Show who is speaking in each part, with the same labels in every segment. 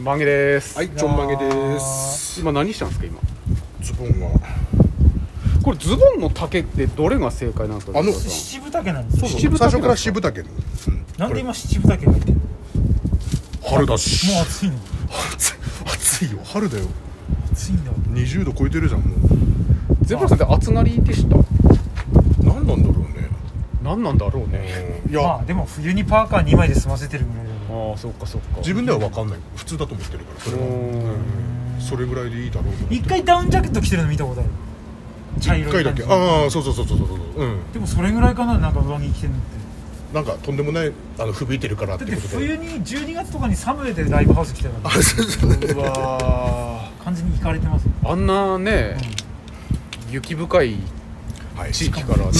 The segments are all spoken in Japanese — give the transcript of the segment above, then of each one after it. Speaker 1: マンゲです、
Speaker 2: はい、ちょんまげです。
Speaker 1: 今何したんですか今
Speaker 2: ズボンが。
Speaker 1: これズボンの丈ってどれが正解なんですか
Speaker 2: あの
Speaker 1: 吉田さん
Speaker 3: 七分丈なんですよ
Speaker 1: そう
Speaker 2: 最
Speaker 1: 渋竹
Speaker 2: 初から渋竹の。
Speaker 3: なんで今七分丈になってるのも
Speaker 2: 春だし。
Speaker 3: う暑いの
Speaker 2: 暑い、暑いよ。春だよ。
Speaker 3: 暑いんだ
Speaker 2: 二十度超えてるじゃん。も
Speaker 1: ゼブラさんって厚なりでした
Speaker 2: う何なんだろうね。
Speaker 1: 何なんだろうね
Speaker 2: うんい
Speaker 3: ま
Speaker 2: や
Speaker 3: あ、でも冬にパーカー2枚で済ませてるぐらいだから
Speaker 1: ああそっかそっか
Speaker 2: 自分では分かんない。普通だと思ってるから、それ
Speaker 1: う
Speaker 2: は。
Speaker 1: ーん
Speaker 2: それぐらいでいいだろうと思って。
Speaker 3: 一回ダウンジャケット着てるの見たことある茶色
Speaker 2: 一
Speaker 3: い
Speaker 2: 回だけ。
Speaker 3: 感じの
Speaker 2: ああ、そうそうそうそうそうそう。うん。
Speaker 3: でもそれぐらいかななんか上着着てるのっ
Speaker 2: なんかとんでもない、あの、吹雪いてるからってて
Speaker 3: だって
Speaker 2: ことで。
Speaker 3: 冬に12月とかにサムエでライブハウス来てたか
Speaker 2: あ、そうそう
Speaker 1: うわ
Speaker 3: ら完全に行かれてますよ
Speaker 1: ーあんなね、雪深い
Speaker 2: はい、
Speaker 1: 地域からね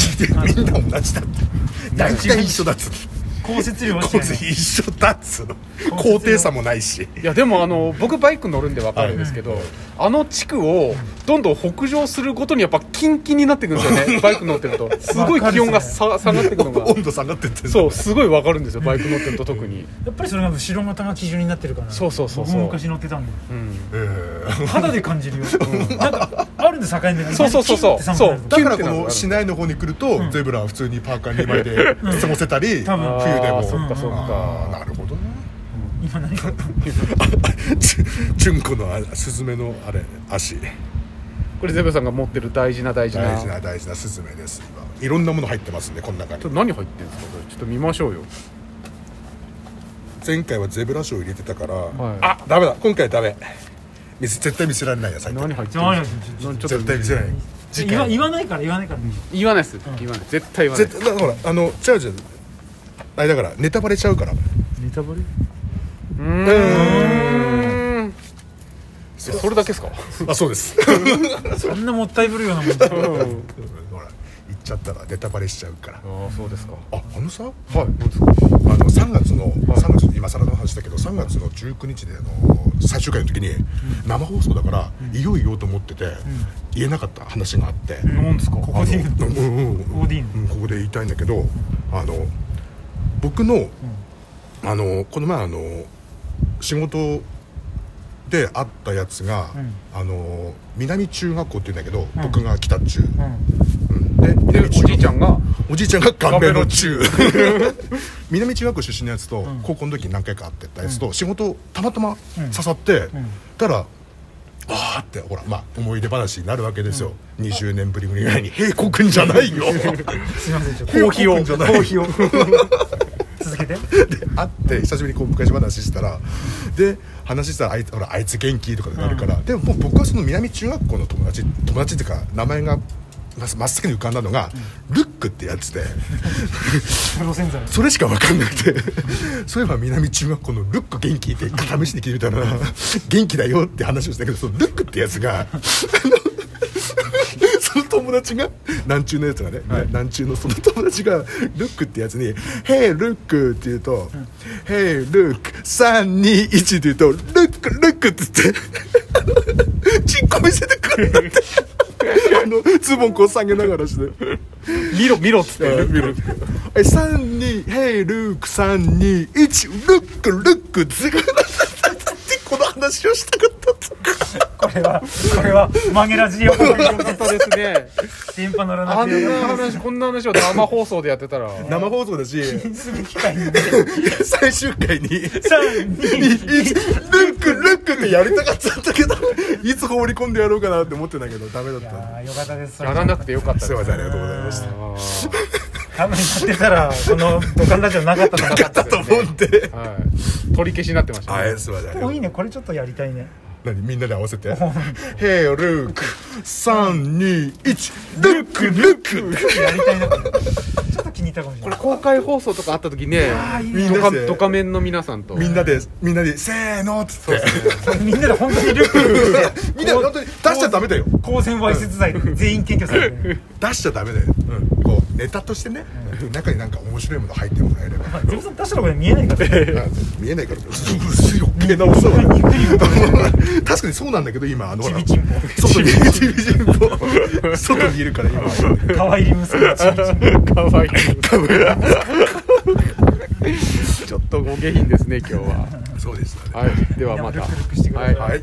Speaker 2: みんな同じだって。大体一緒だっつって。
Speaker 3: 降雪量は違
Speaker 2: 構
Speaker 3: い
Speaker 2: 図一緒だっつうの。高低差もないし。
Speaker 1: いやでもあの僕バイク乗るんでわかるんですけど、あの地区をどんどん北上するごとにやっぱキンキンになってくるんですよねバイク乗って るとすごい気温がさ下がってくのが
Speaker 2: 温度下がってって。
Speaker 1: そうすごいわかるんですよバイク乗ってると特に、
Speaker 3: やっぱりそれが後ろ型が基準になってるから
Speaker 1: そうそうそうそう
Speaker 3: 僕も昔乗ってたんで
Speaker 1: うん、
Speaker 2: ええ。
Speaker 3: 肌で感じるよ、なんかあるんで境目が
Speaker 1: そうそうそうそう
Speaker 3: キンって寒くなる
Speaker 2: だからこの市内の方に来ると、ゼブラは普通にパーカー2枚で過ごせたり、
Speaker 3: 多分
Speaker 2: 冬で
Speaker 1: あー
Speaker 2: も
Speaker 1: そっかそっ
Speaker 2: あー
Speaker 1: か
Speaker 2: なるほどね
Speaker 3: 今何か
Speaker 2: 純子のあスズメのあれ足
Speaker 1: これゼブラさんが持ってる大事な大事な
Speaker 2: 大事な大事なスズメです今いろんなもの入ってますねこの
Speaker 1: ち
Speaker 2: 中
Speaker 1: ょっと
Speaker 2: に
Speaker 1: 何入ってるんですかこれちょっと見ましょうよ
Speaker 2: 前回はゼブラ賞入れてたから、
Speaker 1: い
Speaker 2: あダメだ今回ダメ見せ絶対見せられないや最近
Speaker 1: 何入って
Speaker 3: じ
Speaker 1: る
Speaker 3: ゃあ
Speaker 1: ん
Speaker 3: 何
Speaker 1: ですか
Speaker 3: ちょっと
Speaker 2: 絶対見せられない次
Speaker 3: 言わ
Speaker 2: 回
Speaker 3: 言わないから言わないから、
Speaker 1: 言わないです言わない絶対言わない
Speaker 2: 絶対だからあの違う違うあれだからネタバレちゃうから
Speaker 3: ネタバレ
Speaker 1: うーんそそれだけですか
Speaker 2: あそうです
Speaker 3: そんなもったいぶるようなもんじゃない
Speaker 2: ほら言っちゃったらネタバレしちゃうから
Speaker 1: ああそうですか
Speaker 2: ああのさ
Speaker 1: はい何ですか
Speaker 2: あの3月の3月今更の話だけど3月の19日であの最終回の時に生放送だからいよいよと思ってて言えなかった話があって
Speaker 3: 何ですかここで言う
Speaker 2: うんうんうん
Speaker 3: ここでいいの
Speaker 2: うんここで言いたいんだけどあの僕のあのこの前あの仕事で会ったやつが
Speaker 3: ん
Speaker 2: あの南中学校って言うんだけど僕が北中うんで
Speaker 1: でお
Speaker 2: 南中学校
Speaker 1: じいちゃんが
Speaker 2: おじいちゃんがガンベロ中 南中学校出身のやつと高校の時に何回か会ってたやつと仕事たまたま刺さってたらあーってほらまあ思い出話になるわけですよ20年ぶりぐらいに「平子くんじゃない よ」
Speaker 3: うんすいませんちょっと
Speaker 1: コーヒーを
Speaker 2: コーヒー
Speaker 1: コーヒーを
Speaker 3: 続け て
Speaker 2: で会って久しぶりにこう昔話したらで話したらあいつほらあいつ元気とかになるから、でももう僕はその南中学校の友達友達っていうか名前がま真っ先に浮かんだのが、ルックってやつで
Speaker 3: プロ洗剤
Speaker 2: それしか分かんなくてそういえば南中学校のルック元気って試しに聞いてみたら元気だよって話をしたけどそのルックってやつがあの その友達が南中のやつがね、南中のその友達がルックってやつに「ヘイルック」って言うと「ヘイルック321」って言うと「ルックルック」って言ってチンコ見せてくるんだってあのズボンこう下げながらして。
Speaker 1: 見ろ見ろっつって
Speaker 2: 見るえ三二ヘイルーク三二一ルックルックズグだってこの話をしたかったと
Speaker 3: これはこれは曲げラジオ
Speaker 1: 方ですね
Speaker 3: 電波乗らな
Speaker 1: あ
Speaker 3: く
Speaker 1: ん
Speaker 3: て
Speaker 1: な話こんな話を生放送でやってたら
Speaker 2: 生放送だし
Speaker 3: すぐ機械に
Speaker 2: 最終回に
Speaker 3: 321
Speaker 2: 一ルックルックってやりたかったんだけどいつ放り込んでやろうかなって思ってんだけどダメだった
Speaker 3: あーよかったですそれ
Speaker 1: やらなくてよかったです
Speaker 2: すいませんありがとうございました
Speaker 3: 多分やってたらこの土管ラジオなかったとか
Speaker 2: だと思って
Speaker 1: はい取り消しになってました
Speaker 2: は
Speaker 1: ね
Speaker 2: いすいませんありがとうございました
Speaker 3: もういいねこれちょっとやりたいね
Speaker 2: 何みんなで合わせて「ヘイルーク321ルックルック
Speaker 3: やりたいなこれちょっと気に入ったかもしれない
Speaker 1: 公開放送とかあった時ね
Speaker 3: いい
Speaker 2: ね
Speaker 1: ドカドカメンの皆さんと」
Speaker 2: みんなでみんなで「せーの」っつって
Speaker 3: みんなで本当にルック
Speaker 2: みんな本当に出しちゃダメだよ
Speaker 3: 光線わいせつ剤で全員検挙されてる
Speaker 2: 出しちゃダメだよ、こうネタとしてね、中になんか面白いもの入ってもらえれば、
Speaker 3: ゼブさん出したとこで見えないからね
Speaker 2: あ見えない から薄い余計な お世話だ確かにそうなんだけど今あのほら
Speaker 3: ちびちんぽ
Speaker 2: 外にいるちびちん ぽ外にいるから今
Speaker 3: 可愛い娘のちびちん
Speaker 1: か わいいちょっとご下品ですね今日は
Speaker 2: そうでしたね
Speaker 3: はい、ではま
Speaker 1: ル
Speaker 3: た
Speaker 1: ックルックしてください
Speaker 3: はい
Speaker 2: はい